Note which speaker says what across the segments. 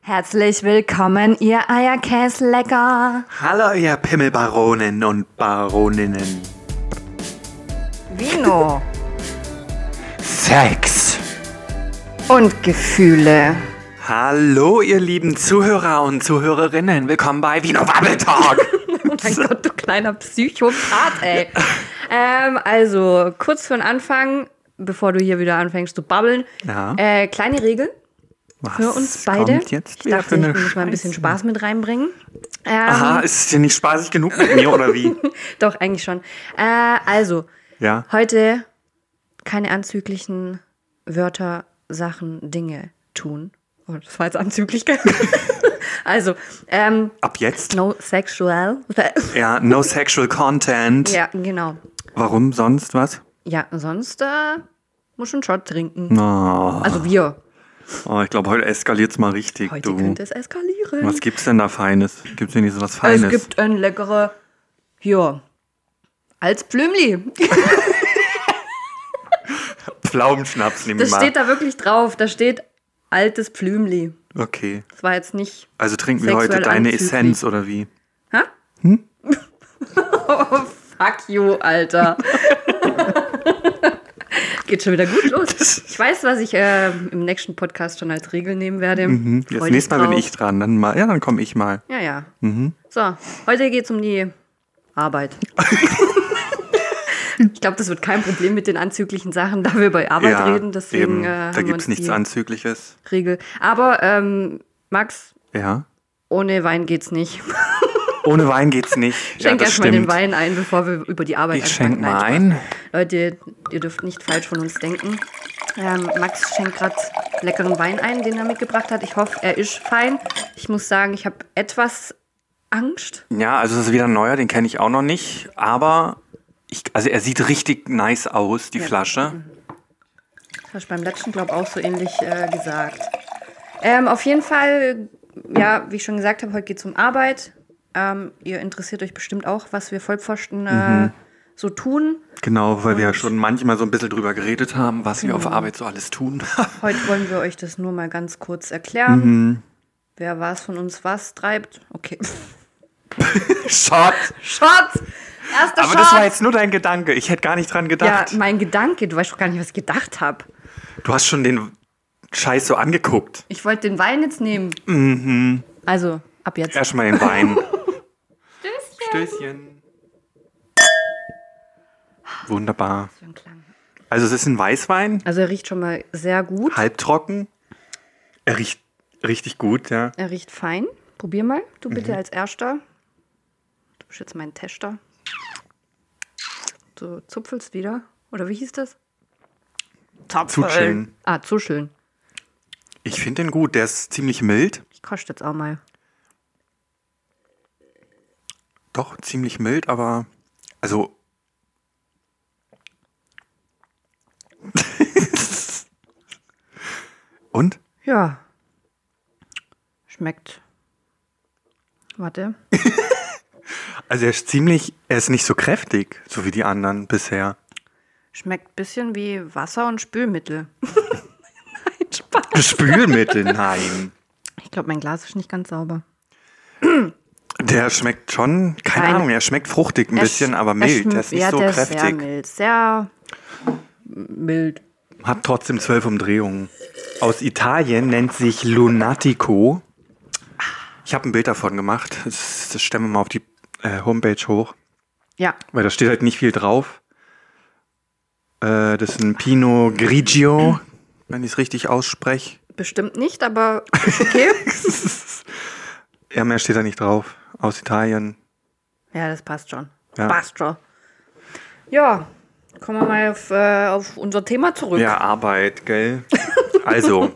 Speaker 1: Herzlich willkommen, ihr Eierkäslecker.
Speaker 2: Hallo, ihr Pimmelbaronen und Baroninnen.
Speaker 1: Vino
Speaker 2: Sex.
Speaker 1: und Gefühle.
Speaker 2: Hallo, ihr lieben Zuhörer und Zuhörerinnen. Willkommen bei Vino Wabbel Talk.
Speaker 1: Oh Mein Gott, du kleiner Psychopath, ey. Ähm, also, kurz für den Anfang, bevor du hier wieder anfängst zu babbeln.
Speaker 2: Ja.
Speaker 1: Äh, kleine Regel
Speaker 2: Was
Speaker 1: für uns beide.
Speaker 2: Kommt jetzt
Speaker 1: ich
Speaker 2: wieder
Speaker 1: dachte,
Speaker 2: für
Speaker 1: ich
Speaker 2: eine
Speaker 1: muss mal ein bisschen Spaß mit reinbringen. Ähm,
Speaker 2: Aha, ist es dir nicht spaßig genug mit mir oder wie?
Speaker 1: Doch, eigentlich schon. Äh, also,
Speaker 2: Ja.
Speaker 1: heute keine anzüglichen Wörter, Sachen, Dinge tun. Oh, das war jetzt Anzüglichkeit. also, ähm,
Speaker 2: Ab jetzt?
Speaker 1: no sexual.
Speaker 2: Ja, no sexual content.
Speaker 1: ja, genau.
Speaker 2: Warum sonst was?
Speaker 1: Ja, sonst äh, muss schon Shot trinken.
Speaker 2: Oh,
Speaker 1: Also Bier.
Speaker 2: oh, ich glaube, heute eskaliert's mal richtig,
Speaker 1: Heute
Speaker 2: du.
Speaker 1: könnte es eskalieren.
Speaker 2: Was gibt's denn da Feines? Gibt's denn nicht so was Feines?
Speaker 1: Also es gibt ein leckere, hier, als Blümli.
Speaker 2: Pflaumenschnaps, nehmen wir
Speaker 1: Das
Speaker 2: mal.
Speaker 1: steht da wirklich drauf. Da steht altes Blümli.
Speaker 2: okay.
Speaker 1: Das war jetzt nicht
Speaker 2: Also trinken wir heute
Speaker 1: Sexuell
Speaker 2: deine
Speaker 1: anzüglich.
Speaker 2: Essenz oder wie?
Speaker 1: Hä? Oh, fuck you, Alter. Geht schon wieder gut los. Ich weiß, was ich äh, im nächsten Podcast schon als Regel nehmen werde.
Speaker 2: Mhm.
Speaker 1: Freu
Speaker 2: Jetzt
Speaker 1: dich
Speaker 2: nächstes Mal bin
Speaker 1: drauf.
Speaker 2: ich Mhm. dran. Dann mal, ja, dann komme ich mal.
Speaker 1: Ja, ja. So, heute geht es um die Arbeit. ich glaube, das wird kein Problem mit den anzüglichen Sachen, da wir bei Arbeit
Speaker 2: ja,
Speaker 1: reden. Deswegen
Speaker 2: eben.
Speaker 1: äh,
Speaker 2: da
Speaker 1: haben wir
Speaker 2: gibt
Speaker 1: uns
Speaker 2: es nichts
Speaker 1: die
Speaker 2: Anzügliches.
Speaker 1: Regel. Aber ähm, Max,
Speaker 2: Ja.
Speaker 1: ohne Wein geht's nicht.
Speaker 2: Ohne Wein geht's nicht. ja,
Speaker 1: Schenk
Speaker 2: das
Speaker 1: erstmal
Speaker 2: stimmt.
Speaker 1: den Wein ein, bevor wir über die Arbeit
Speaker 2: Ich
Speaker 1: anfangen.
Speaker 2: schenk mal
Speaker 1: Nein, Spaß.
Speaker 2: ein.
Speaker 1: Leute, ihr dürft nicht falsch von uns denken. Ähm, Max schenkt gerade leckeren Wein ein, den er mitgebracht hat. Ich hoffe, er ist fein. Ich muss sagen, ich habe etwas Angst.
Speaker 2: Ja, also das ist wieder ein neuer, den kenne ich auch noch nicht. Aber ich, also er sieht richtig nice aus, die Flasche.
Speaker 1: Mhm. Das hast du beim letzten, glaube ich, auch so ähnlich äh, gesagt. Ähm, auf jeden Fall, ja, wie ich schon gesagt habe, heute geht es um Arbeit. Ähm, ihr interessiert euch bestimmt auch, was wir Vollpfosten äh, so tun.
Speaker 2: Genau, weil wir ja schon manchmal so ein bisschen drüber geredet haben, was wir auf
Speaker 1: Genau.
Speaker 2: Arbeit so alles tun.
Speaker 1: Heute wollen wir euch das nur mal ganz kurz erklären. Wer was von uns was treibt. Okay.
Speaker 2: Shot!
Speaker 1: Schatz! Erster
Speaker 2: Aber
Speaker 1: Schatz!
Speaker 2: das war jetzt nur dein Gedanke. Ich hätte gar nicht dran
Speaker 1: ja,
Speaker 2: gedacht.
Speaker 1: mein Gedanke. Du weißt doch gar nicht, was ich gedacht habe.
Speaker 2: du hast schon den Scheiß so angeguckt.
Speaker 1: Ich wollte den Wein jetzt nehmen. Mhm. Also, ab jetzt.
Speaker 2: Erstmal den Wein. Stößchen. Wunderbar.
Speaker 1: Für einen Klang.
Speaker 2: Also es ist ein Weißwein,
Speaker 1: Also, er riecht schon mal sehr gut.
Speaker 2: halbtrocken. Er riecht richtig gut, ja.
Speaker 1: Er riecht fein. Probier mal.
Speaker 2: Mhm.
Speaker 1: Du bitte als Erster. Du bist jetzt mein Tester. Du zupfelst wieder. Oder wie hieß das? Zapfeln.
Speaker 2: Zuscheln.
Speaker 1: Ah, zuscheln.
Speaker 2: Ich finde den gut, der ist ziemlich mild.
Speaker 1: Ich koste jetzt auch mal.
Speaker 2: Doch, ziemlich mild, aber also... Und?
Speaker 1: Ja. Schmeckt. Warte.
Speaker 2: Also er ist ziemlich, er ist nicht so kräftig, so wie die anderen bisher.
Speaker 1: Schmeckt ein bisschen wie Wasser und Spülmittel. Nein, Spaß.
Speaker 2: Spülmittel, nein.
Speaker 1: Ich glaube, mein Glas ist nicht ganz sauber.
Speaker 2: Der schmeckt schon, keine
Speaker 1: Nein.
Speaker 2: Ahnung, er schmeckt fruchtig ein
Speaker 1: Er
Speaker 2: bisschen,
Speaker 1: sch-
Speaker 2: aber
Speaker 1: er
Speaker 2: mild.
Speaker 1: schm-
Speaker 2: Der ist nicht
Speaker 1: ja,
Speaker 2: so
Speaker 1: der Ist sehr
Speaker 2: kräftig.
Speaker 1: mild. Sehr mild.
Speaker 2: Hat trotzdem zwölf Umdrehungen. Aus Italien nennt sich Lunatico. Ich habe ein Bild davon gemacht. Das, das stellen wir mal auf die äh, Homepage hoch,
Speaker 1: Ja,
Speaker 2: weil da steht halt nicht viel drauf. Äh, das ist ein Pinot Grigio, wenn ich es richtig ausspreche.
Speaker 1: bestimmt nicht, aber ist okay.
Speaker 2: Ja, mehr steht da nicht drauf. Aus Italien.
Speaker 1: ja, das passt schon.
Speaker 2: Ja.
Speaker 1: Passt schon. Ja, kommen wir mal auf, äh, auf unser Thema zurück.
Speaker 2: Ja, Arbeit, gell? Also,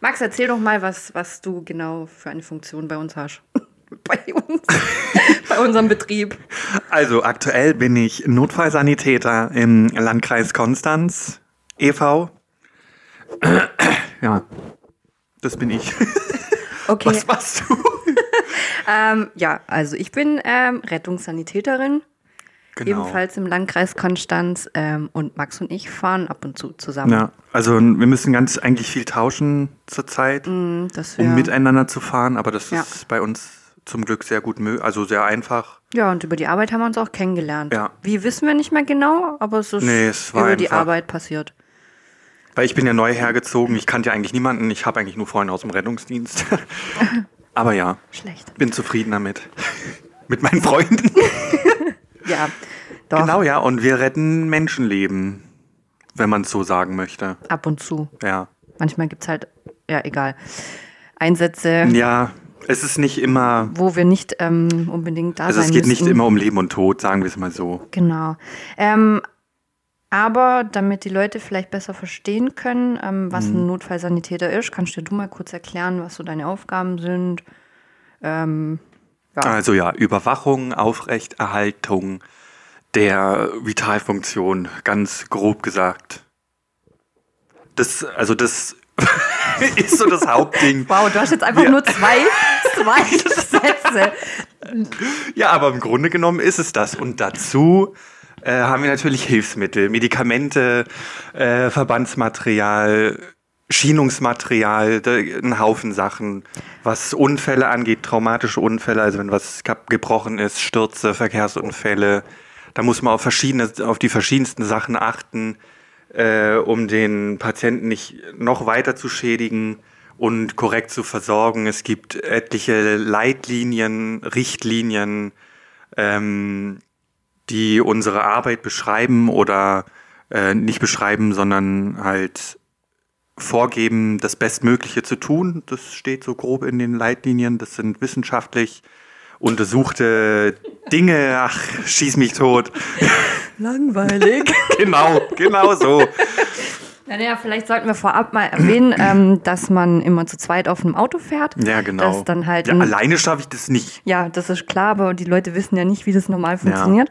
Speaker 1: Max, erzähl doch mal, was, was du genau für eine Funktion bei uns hast. bei uns. bei unserem Betrieb.
Speaker 2: Also aktuell bin ich Notfallsanitäter im Landkreis Konstanz e.V. Ja, das bin ich.
Speaker 1: Okay.
Speaker 2: Was machst du?
Speaker 1: Ähm, ja, also ich bin ähm, Rettungssanitäterin.
Speaker 2: Genau.
Speaker 1: ebenfalls im Landkreis Konstanz. Ähm, und Max und ich fahren ab und zu zusammen.
Speaker 2: Ja, also wir müssen ganz eigentlich viel tauschen zurzeit,
Speaker 1: Mm, Dass wir,
Speaker 2: um miteinander zu fahren, aber das
Speaker 1: Ja.
Speaker 2: ist bei uns zum Glück sehr gut möglich, also sehr einfach.
Speaker 1: ja, und über die Arbeit haben wir uns auch kennengelernt.
Speaker 2: Ja.
Speaker 1: Wie wissen wir nicht mehr genau, aber es ist
Speaker 2: Nee, es war
Speaker 1: über die
Speaker 2: einfach.
Speaker 1: Arbeit passiert.
Speaker 2: Weil ich bin ja neu hergezogen, ich kannte ja eigentlich niemanden, ich habe eigentlich nur Freunde aus dem Rettungsdienst. aber ja,
Speaker 1: Schlecht.
Speaker 2: bin zufrieden damit. Mit meinen Freunden.
Speaker 1: Ja, doch,
Speaker 2: Genau, ja, und wir retten Menschenleben, wenn man es so sagen möchte.
Speaker 1: ab und zu.
Speaker 2: Ja.
Speaker 1: Manchmal gibt es halt, ja, egal, Einsätze,
Speaker 2: Ja, es ist nicht immer,
Speaker 1: wo wir nicht ähm, unbedingt da
Speaker 2: also
Speaker 1: sein
Speaker 2: es geht nicht
Speaker 1: müssen.
Speaker 2: immer um Leben und Tod, sagen wir es mal so.
Speaker 1: Genau. Ähm, aber damit die Leute vielleicht besser verstehen können, ähm,
Speaker 2: Mhm.
Speaker 1: was ein Notfallsanitäter ist, kannst du dir du mal kurz erklären, was so deine Aufgaben sind. Ja.
Speaker 2: Also ja, Überwachung, Aufrechterhaltung der Vitalfunktion, ganz grob gesagt. Das, also das ist so das Hauptding.
Speaker 1: Wow, du hast jetzt einfach nur zwei, zwei Sätze.
Speaker 2: Ja, aber im Grunde genommen ist es das. Und dazu äh, haben wir natürlich Hilfsmittel, Medikamente, äh, Verbandsmaterial, Schienungsmaterial, da- ein Haufen Sachen, was Unfälle angeht, traumatische Unfälle, also wenn was kap- gebrochen ist, Stürze, Verkehrsunfälle. Da muss man auf verschiedene, auf die verschiedensten Sachen achten, äh, um den Patienten nicht noch weiter zu schädigen und korrekt zu versorgen. Es gibt etliche Leitlinien, Richtlinien, ähm, die unsere Arbeit beschreiben oder äh, nicht beschreiben, sondern halt vorgeben, das Bestmögliche zu tun. Das steht so grob in den Leitlinien. Das sind wissenschaftlich untersuchte Dinge. Ach, schieß mich tot.
Speaker 1: Langweilig.
Speaker 2: Genau, genau so.
Speaker 1: Naja, vielleicht sollten wir vorab mal erwähnen, ähm, dass man immer zu zweit auf einem Auto fährt.
Speaker 2: Ja, genau.
Speaker 1: Dass dann halt
Speaker 2: ja,
Speaker 1: ein-
Speaker 2: alleine schaffe ich das nicht.
Speaker 1: Ja, das ist klar, aber die Leute wissen ja nicht, wie das normal funktioniert.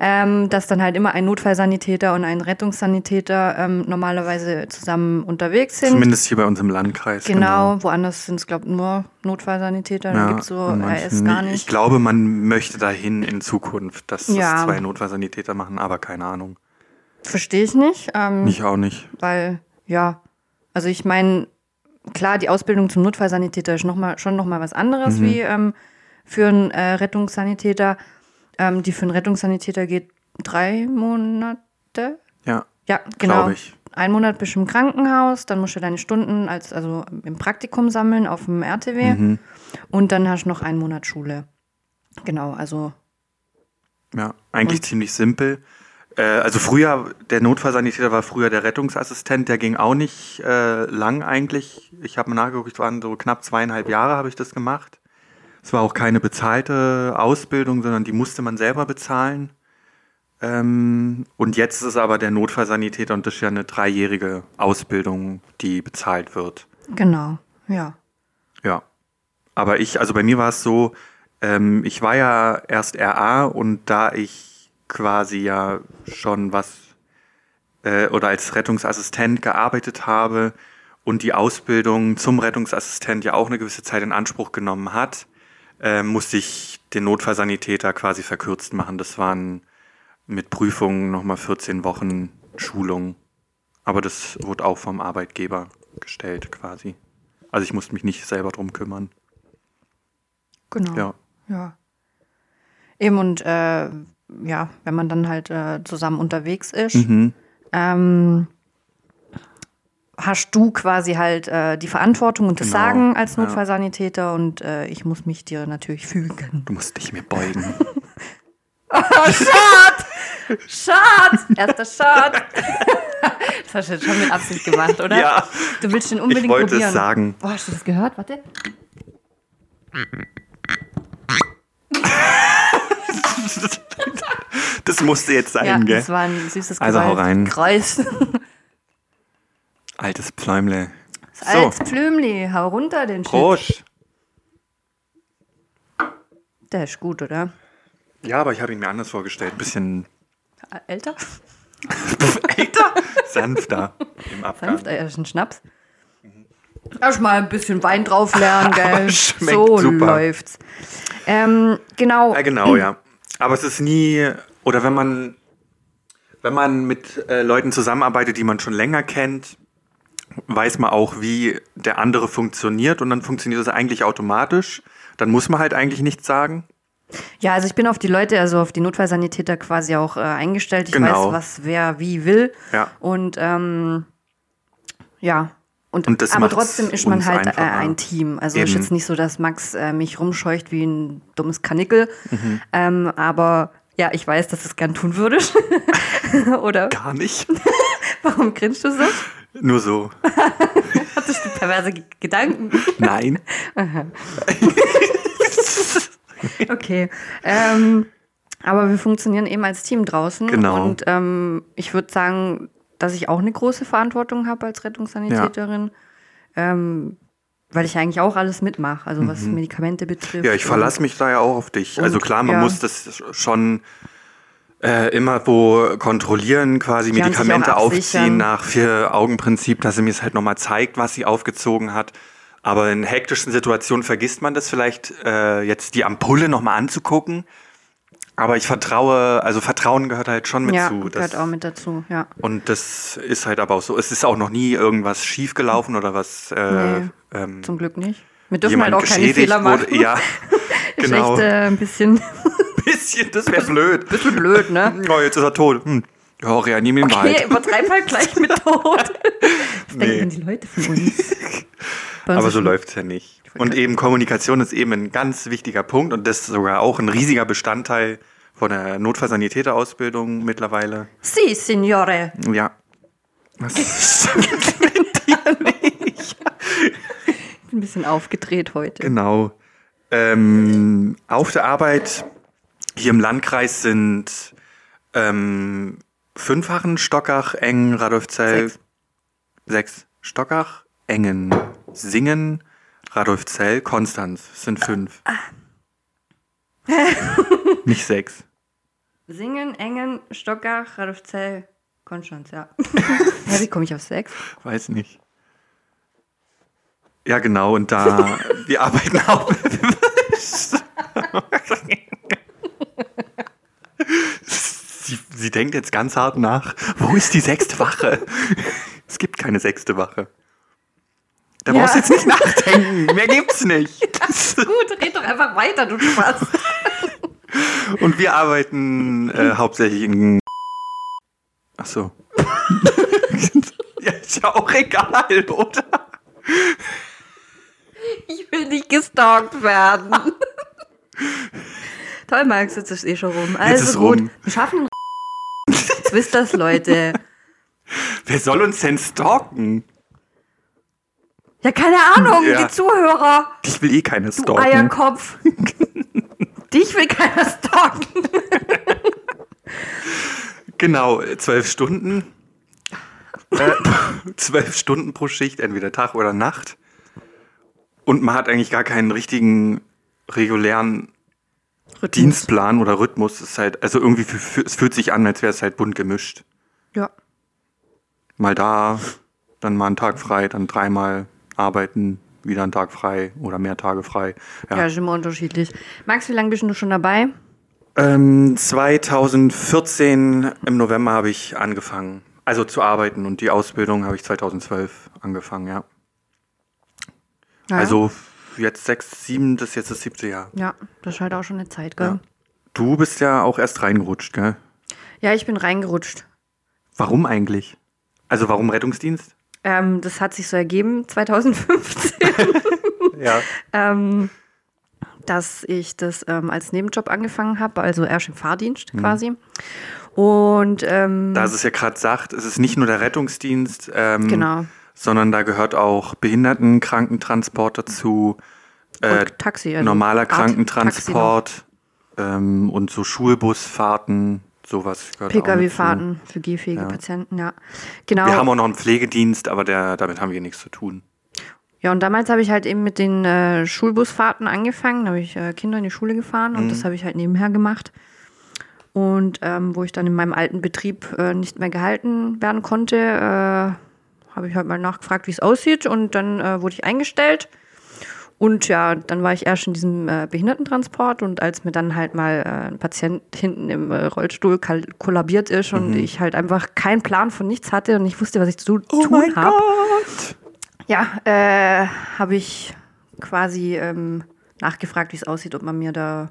Speaker 1: Ähm, dass dann halt immer ein Notfallsanitäter und ein Rettungssanitäter ähm, normalerweise zusammen unterwegs sind.
Speaker 2: Zumindest hier bei uns im Landkreis.
Speaker 1: genau, woanders sind es, glaube ich, nur Notfallsanitäter. dann gibt es so
Speaker 2: und manchen
Speaker 1: RS gar
Speaker 2: nicht. Ich
Speaker 1: nicht.
Speaker 2: glaube, man möchte dahin in Zukunft, dass das
Speaker 1: Ja.
Speaker 2: zwei Notfallsanitäter machen, aber keine Ahnung.
Speaker 1: Verstehe ich nicht, ähm,
Speaker 2: Ich auch nicht.
Speaker 1: weil, ja, also ich meine, klar, die Ausbildung zum Notfallsanitäter ist noch mal, schon nochmal was
Speaker 2: Mhm.
Speaker 1: anderes wie ähm, für einen äh, Rettungssanitäter. Ähm, die für einen Rettungssanitäter geht drei Monate.
Speaker 2: Ja.
Speaker 1: Ja, genau.
Speaker 2: Glaub ich.
Speaker 1: Ein Monat bist du im Krankenhaus, dann musst du deine Stunden als, also im Praktikum sammeln auf dem RTW
Speaker 2: Mhm.
Speaker 1: und dann hast du noch einen Monat Schule. Genau, also
Speaker 2: Ja, eigentlich ziemlich simpel. Äh, also früher, der Notfallsanitäter war früher der Rettungsassistent, der ging auch nicht äh, lang eigentlich. Ich habe mal nachgeguckt, waren so knapp zweieinhalb Jahre habe ich das gemacht. Es war auch keine bezahlte Ausbildung, sondern die musste man selber bezahlen. Ähm, und jetzt ist aber der Notfallsanitäter und das ist ja eine dreijährige Ausbildung, die bezahlt wird.
Speaker 1: genau, ja.
Speaker 2: Ja. Aber ich, also bei mir war es so, ähm, ich war ja erst RA und da ich quasi ja schon was äh, oder als Rettungsassistent gearbeitet habe und die Ausbildung zum Rettungsassistent ja auch eine gewisse Zeit in Anspruch genommen hat, äh, musste ich den Notfallsanitäter quasi verkürzt machen. Das waren mit Prüfungen nochmal 14 Wochen Schulung. Aber das wurde auch vom Arbeitgeber gestellt quasi. Also ich musste mich nicht selber drum kümmern.
Speaker 1: Genau.
Speaker 2: Ja.
Speaker 1: ja. Eben und äh, ja, wenn man dann halt äh, zusammen unterwegs ist,
Speaker 2: Mhm.
Speaker 1: ähm, hast du quasi halt äh, die Verantwortung und das
Speaker 2: Genau,
Speaker 1: Sagen als
Speaker 2: ja.
Speaker 1: Notfallsanitäter und äh, ich muss mich dir natürlich fügen.
Speaker 2: Du musst dich mir beugen. Oh,
Speaker 1: Shot! Erster Shot! Das hast du jetzt schon mit Absicht gemacht, oder?
Speaker 2: Ja.
Speaker 1: Du willst den unbedingt
Speaker 2: Ich wollte es
Speaker 1: probieren.
Speaker 2: sagen.
Speaker 1: Boah, hast du das gehört? Warte.
Speaker 2: Das musste jetzt sein,
Speaker 1: Ja,
Speaker 2: gell?
Speaker 1: das war ein süßes
Speaker 2: Also hau
Speaker 1: Gewalt-
Speaker 2: rein.
Speaker 1: Kreuz.
Speaker 2: Altes Pläumle. So,
Speaker 1: Als Plümli, hau runter den Shit.
Speaker 2: Prost.
Speaker 1: Der ist gut, oder?
Speaker 2: Ja, aber ich habe ihn mir anders vorgestellt. Bisschen
Speaker 1: Ä- Älter?
Speaker 2: älter, sanfter im Abgang.
Speaker 1: Sanft, äh, ist ein Schnaps. Erst mal ein bisschen Wein drauf lernen, gell?
Speaker 2: schmeckt
Speaker 1: so
Speaker 2: super. Äh,
Speaker 1: läuft's. Ähm, genau.
Speaker 2: Ja, genau, ja. Aber es ist nie Oder wenn man, wenn man mit äh, Leuten zusammenarbeitet, die man schon länger kennt, weiß man auch, wie der andere funktioniert und dann funktioniert das eigentlich automatisch. Dann muss man halt eigentlich nichts sagen.
Speaker 1: Ja, also ich bin auf die Leute, also auf die Notfallsanitäter quasi auch äh, eingestellt. Ich
Speaker 2: Genau.
Speaker 1: weiß, was wer wie will.
Speaker 2: Ja.
Speaker 1: Und ähm, ja. Und,
Speaker 2: Und das
Speaker 1: aber
Speaker 2: macht's
Speaker 1: trotzdem ist man
Speaker 2: uns
Speaker 1: halt äh,
Speaker 2: einfacher.
Speaker 1: ein Team. Also ist
Speaker 2: Eben.
Speaker 1: jetzt nicht so, dass Max äh, mich rumscheucht wie ein dummes Kanickel.
Speaker 2: Mhm.
Speaker 1: Ähm, aber ja, ich weiß, dass du es gern tun würdest. Oder
Speaker 2: Gar nicht.
Speaker 1: warum grinst du so?
Speaker 2: Nur so.
Speaker 1: Hattest du perverse G- Gedanken?
Speaker 2: Nein.
Speaker 1: Okay. Ähm, aber wir funktionieren eben als Team draußen.
Speaker 2: Genau.
Speaker 1: Und ähm, ich würde sagen, dass ich auch eine große Verantwortung habe als Rettungssanitäterin. Ähm, weil ich eigentlich auch alles mitmache, also was Medikamente betrifft.
Speaker 2: Mhm. Ja, ich verlasse mich da ja auch auf dich. also
Speaker 1: und-
Speaker 2: klar, man
Speaker 1: ja.
Speaker 2: muss das schon äh, immer wo kontrollieren, quasi
Speaker 1: Die haben sich
Speaker 2: Medikamente
Speaker 1: auch absichern.
Speaker 2: aufziehen nach Vier-Augen-Prinzip, dass sie mir es halt nochmal zeigt, was sie aufgezogen hat. Aber in hektischen Situationen vergisst man das vielleicht, äh, jetzt die Ampulle nochmal anzugucken. Aber ich vertraue, also Vertrauen gehört halt schon mit
Speaker 1: ja,
Speaker 2: zu. Das,
Speaker 1: gehört auch mit dazu, ja.
Speaker 2: Und das ist halt aber auch so. Es ist auch noch nie irgendwas schiefgelaufen oder was. Äh,
Speaker 1: Nee.
Speaker 2: ähm,
Speaker 1: Zum Glück nicht. Wir dürfen halt
Speaker 2: jemand
Speaker 1: auch keine
Speaker 2: geschädigt
Speaker 1: Fehler machen.
Speaker 2: wurde. Ja, genau.
Speaker 1: Ist echt äh, ein bisschen,
Speaker 2: bisschen, das wäre blöd.
Speaker 1: bisschen blöd, ne?
Speaker 2: Oh, jetzt ist er tot. Hm. Ja, reanimieren ihn
Speaker 1: Okay,
Speaker 2: halt.
Speaker 1: übertreib halt gleich mit Tod. Was
Speaker 2: Nee.
Speaker 1: denken denn die Leute von uns? Bei uns
Speaker 2: Aber
Speaker 1: ist
Speaker 2: so läuft's ja nicht. Und eben Kommunikation ist eben ein ganz wichtiger Punkt und das ist sogar auch ein riesiger Bestandteil von der Notfallsanitäterausbildung mittlerweile.
Speaker 1: Sie, Signore.
Speaker 2: Ja. Was?
Speaker 1: Ich bin ein bisschen aufgedreht heute.
Speaker 2: genau. Ähm, auf der Arbeit hier im Landkreis sind ähm, Fünfhachen, Stockach, Engen, Radolfzell,
Speaker 1: Sechs.
Speaker 2: Sechs. Stockach, Engen, Singen, Radolfzell, Konstanz. Es sind fünf. Nicht sechs.
Speaker 1: Singen, Engen, Stockach, Radolfzell, Konstanz, ja. ja wie komme ich auf sechs?
Speaker 2: Weiß nicht. Ja, genau. Und da, wir arbeiten auch. sie, sie denkt jetzt ganz hart nach. Wo ist die sechste Wache? Es gibt keine sechste Wache. Da
Speaker 1: Ja.
Speaker 2: brauchst du jetzt nicht nachdenken. Mehr gibt's nicht.
Speaker 1: Gut, red doch einfach weiter, du Spaß.
Speaker 2: Und wir arbeiten äh, hauptsächlich in. Ach so. ja, ist ja auch egal, oder?
Speaker 1: Ich will nicht gestalkt werden. Toll, Max, jetzt ist eh schon rum. Also
Speaker 2: ist
Speaker 1: gut,
Speaker 2: rum.
Speaker 1: wir schaffen Jetzt wisst das, Leute.
Speaker 2: Wer soll uns denn stalken?
Speaker 1: Ja, keine Ahnung,
Speaker 2: Ja.
Speaker 1: die Zuhörer.
Speaker 2: Ich will eh keine
Speaker 1: Du
Speaker 2: stalken.
Speaker 1: Eierkopf. Dich will keiner stalken.
Speaker 2: Genau, zwölf Stunden. Äh, Zwölf Stunden pro Schicht, entweder Tag oder Nacht. Und man hat eigentlich gar keinen richtigen regulären Dienstplan oder Rhythmus. Es ist halt, also irgendwie fü- fü- es fühlt sich an, als wäre es halt bunt gemischt.
Speaker 1: Ja.
Speaker 2: Mal da, dann mal einen Tag frei, dann dreimal arbeiten, wieder einen Tag frei oder mehr Tage frei.
Speaker 1: ja, ist immer unterschiedlich. Max, wie lange bist denn du schon dabei?
Speaker 2: Ähm, 2014 im November habe ich angefangen, also zu arbeiten und die Ausbildung habe ich 2012 angefangen, ja.
Speaker 1: Ja.
Speaker 2: Also jetzt sechs, sieben, das ist jetzt das siebte Jahr.
Speaker 1: Ja, das ist halt auch schon eine Zeit, gell?
Speaker 2: Ja. Du bist ja auch erst reingerutscht, gell?
Speaker 1: Ja, ich bin reingerutscht.
Speaker 2: Warum eigentlich? Also warum Rettungsdienst?
Speaker 1: Ähm, das hat sich so ergeben 2015,
Speaker 2: Ja.
Speaker 1: ähm, dass ich das ähm, als Nebenjob angefangen habe, also erst im Fahrdienst
Speaker 2: Mhm.
Speaker 1: quasi. Und ähm,
Speaker 2: Da es ja gerade sagt, es ist nicht nur der Rettungsdienst, ähm,
Speaker 1: Genau.
Speaker 2: sondern da gehört auch Behindertenkrankentransport dazu, äh,
Speaker 1: und Taxi. also
Speaker 2: normaler
Speaker 1: Art Taxi noch.
Speaker 2: Krankentransport ähm, und so Schulbusfahrten, sowas. gehört auch mit zu.
Speaker 1: Pkw-Fahrten für gehfähige Patienten, ja. Genau.
Speaker 2: Wir haben auch noch einen Pflegedienst, aber der, damit haben wir nichts zu tun.
Speaker 1: Ja, und damals habe ich halt eben mit den äh, Schulbusfahrten angefangen. Da habe ich äh, Kinder in die Schule gefahren und das habe ich halt nebenher gemacht. Und ähm, wo ich dann in meinem alten Betrieb äh, nicht mehr gehalten werden konnte, äh, habe ich halt mal nachgefragt, wie es aussieht. Und dann äh, wurde ich eingestellt. Und ja, dann war ich erst in diesem äh, Behindertentransport und als mir dann halt mal äh, ein Patient hinten im äh, Rollstuhl kal- kollabiert ist und ich halt einfach keinen Plan von nichts hatte und nicht wusste, was ich zu
Speaker 2: Oh
Speaker 1: tun habe,
Speaker 2: Gott!
Speaker 1: ja, äh, habe ich quasi ähm, nachgefragt, wie es aussieht, ob man mir da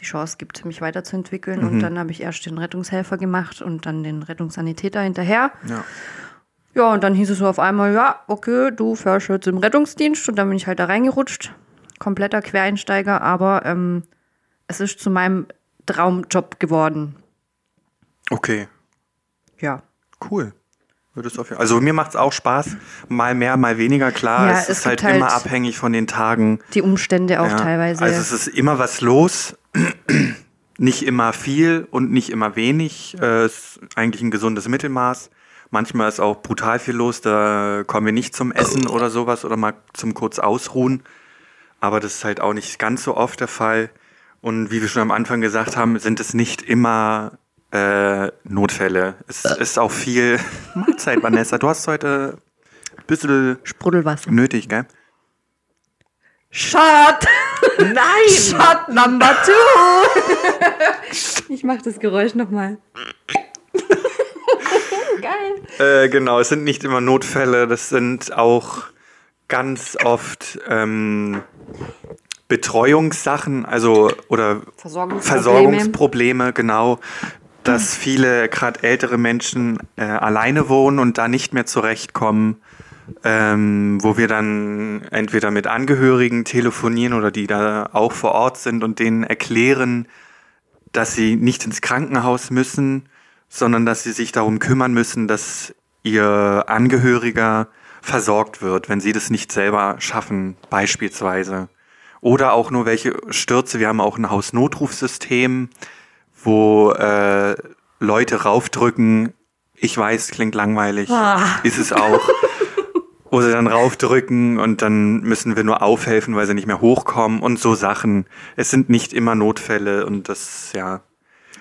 Speaker 1: die Chance gibt, mich weiterzuentwickeln.
Speaker 2: Mhm.
Speaker 1: Und dann habe ich erst den Rettungshelfer gemacht und dann den Rettungssanitäter hinterher.
Speaker 2: Ja.
Speaker 1: Ja, und dann hieß es so auf einmal, ja, okay, du fährst jetzt im Rettungsdienst. Und dann bin ich halt da reingerutscht. Kompletter Quereinsteiger, aber ähm, es ist zu meinem Traumjob geworden.
Speaker 2: Okay,
Speaker 1: Ja.
Speaker 2: cool. Würdest auf jeden- Also mir macht es auch Spaß, mal mehr, mal weniger. Klar,
Speaker 1: Ja,
Speaker 2: es,
Speaker 1: es
Speaker 2: ist halt,
Speaker 1: gibt halt-
Speaker 2: immer abhängig von den Tagen.
Speaker 1: Die Umstände auch
Speaker 2: Ja.
Speaker 1: teilweise.
Speaker 2: Also es ist immer was los, nicht immer viel und nicht immer wenig. Äh, Es ist eigentlich ein gesundes Mittelmaß. Manchmal ist auch brutal viel los, da kommen wir nicht zum Essen oder sowas oder mal zum kurz Ausruhen. Aber das ist halt auch nicht ganz so oft der Fall. Und wie wir schon am Anfang gesagt haben, sind es nicht immer äh, Notfälle. Es ist auch viel Mahlzeit, Vanessa. Du hast heute ein bisschen
Speaker 1: Sprudelwasser.
Speaker 2: nötig, gell?
Speaker 1: Shot!
Speaker 2: Nein!
Speaker 1: Shot number two! ich mach das Geräusch nochmal. Geil.
Speaker 2: Äh, genau, es sind nicht immer Notfälle, das sind auch ganz oft ähm, Betreuungssachen, also oder
Speaker 1: Versorgungsprobleme.
Speaker 2: Versorgungsprobleme, genau. Dass viele, gerade ältere Menschen, äh, alleine wohnen und da nicht mehr zurechtkommen, ähm, wo wir dann entweder mit Angehörigen telefonieren oder die da auch vor Ort sind und denen erklären, dass sie nicht ins Krankenhaus müssen, sondern dass sie sich darum kümmern müssen, dass ihr Angehöriger versorgt wird, wenn sie das nicht selber schaffen, beispielsweise. Oder auch nur welche Stürze. Wir haben auch ein Hausnotrufsystem, wo äh, Leute raufdrücken. Ich weiß, klingt langweilig,
Speaker 1: Ah.
Speaker 2: ist es auch. wo sie dann raufdrücken und dann müssen wir nur aufhelfen, weil sie nicht mehr hochkommen und so Sachen. Es sind nicht immer Notfälle und das, ja.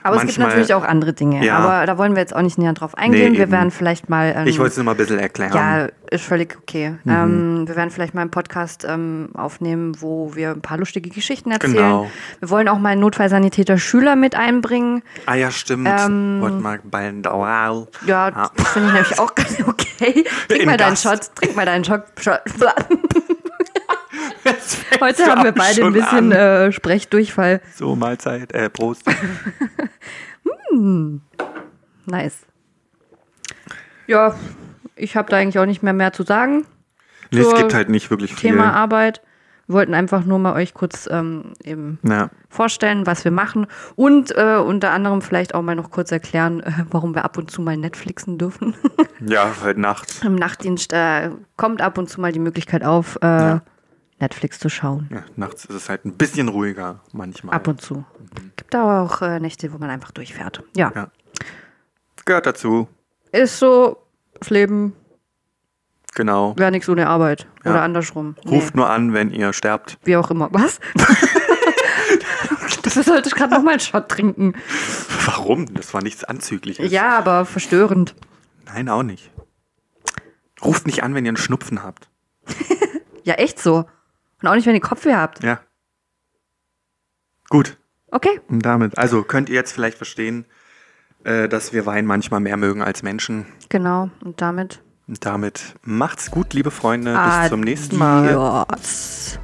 Speaker 1: Aber es gibt
Speaker 2: manchmal-
Speaker 1: natürlich auch andere Dinge.
Speaker 2: Ja.
Speaker 1: Aber da wollen wir jetzt auch nicht näher drauf eingehen.
Speaker 2: Nee,
Speaker 1: wir
Speaker 2: eben.
Speaker 1: werden vielleicht mal. ähm,
Speaker 2: Ich wollte es Mhm. nur mal ein bisschen erklären.
Speaker 1: Ja, ist völlig okay. Ähm, wir werden vielleicht mal einen Podcast ähm, aufnehmen, wo wir ein paar lustige Geschichten erzählen.
Speaker 2: Genau.
Speaker 1: Wir wollen auch mal einen Notfallsanitäter Schüler mit einbringen.
Speaker 2: Ah ja, stimmt.
Speaker 1: ähm,
Speaker 2: Wortmark Ballendauer.
Speaker 1: Ja,
Speaker 2: Ah.
Speaker 1: das finde ich nämlich auch ganz okay. Trink
Speaker 2: Im
Speaker 1: mal deinen
Speaker 2: Gast.
Speaker 1: Shot, trink mal deinen Shot. Shot.
Speaker 2: Jetzt fängst
Speaker 1: Heute
Speaker 2: du
Speaker 1: haben wir
Speaker 2: auch
Speaker 1: beide ein
Speaker 2: schon
Speaker 1: bisschen
Speaker 2: an.
Speaker 1: äh, Sprechdurchfall.
Speaker 2: So, Mahlzeit. Äh, Prost.
Speaker 1: Nice. Ja, ich habe da eigentlich auch nicht mehr mehr zu sagen.
Speaker 2: Nee, es
Speaker 1: Zur
Speaker 2: gibt halt nicht wirklich viel.
Speaker 1: Thema Arbeit. Wir wollten einfach nur mal euch kurz ähm, eben
Speaker 2: Ja.
Speaker 1: vorstellen, was wir machen und äh, unter anderem vielleicht auch mal noch kurz erklären, äh, warum wir ab und zu mal Netflixen dürfen.
Speaker 2: ja, halt heute Nacht.
Speaker 1: Im Nachtdienst äh, kommt ab und zu mal die Möglichkeit auf, äh, Netflix zu schauen.
Speaker 2: Ja, nachts ist es halt ein bisschen ruhiger manchmal.
Speaker 1: Ab und zu. Gibt aber auch äh, Nächte, wo man einfach durchfährt. Ja.
Speaker 2: Ja. Gehört dazu.
Speaker 1: Ist so, das Leben
Speaker 2: Genau.
Speaker 1: wäre nichts ohne Arbeit.
Speaker 2: Ja.
Speaker 1: Oder andersrum. Nee.
Speaker 2: Ruft nur an, wenn ihr sterbt.
Speaker 1: Wie auch immer. Was? das sollte ich gerade nochmal einen Shot trinken.
Speaker 2: Warum? Das war nichts Anzügliches.
Speaker 1: Ja, aber verstörend.
Speaker 2: Nein, auch nicht. Ruft nicht an, wenn ihr einen Schnupfen habt.
Speaker 1: Ja, echt so. Und auch nicht, wenn ihr Kopfweh habt.
Speaker 2: Ja. Gut.
Speaker 1: Okay.
Speaker 2: Und damit, also könnt ihr jetzt vielleicht verstehen, äh, dass wir Wein manchmal mehr mögen als Menschen.
Speaker 1: Genau. Und damit
Speaker 2: Und damit macht's gut, liebe Freunde. Bis zum nächsten Mal.
Speaker 1: Adios.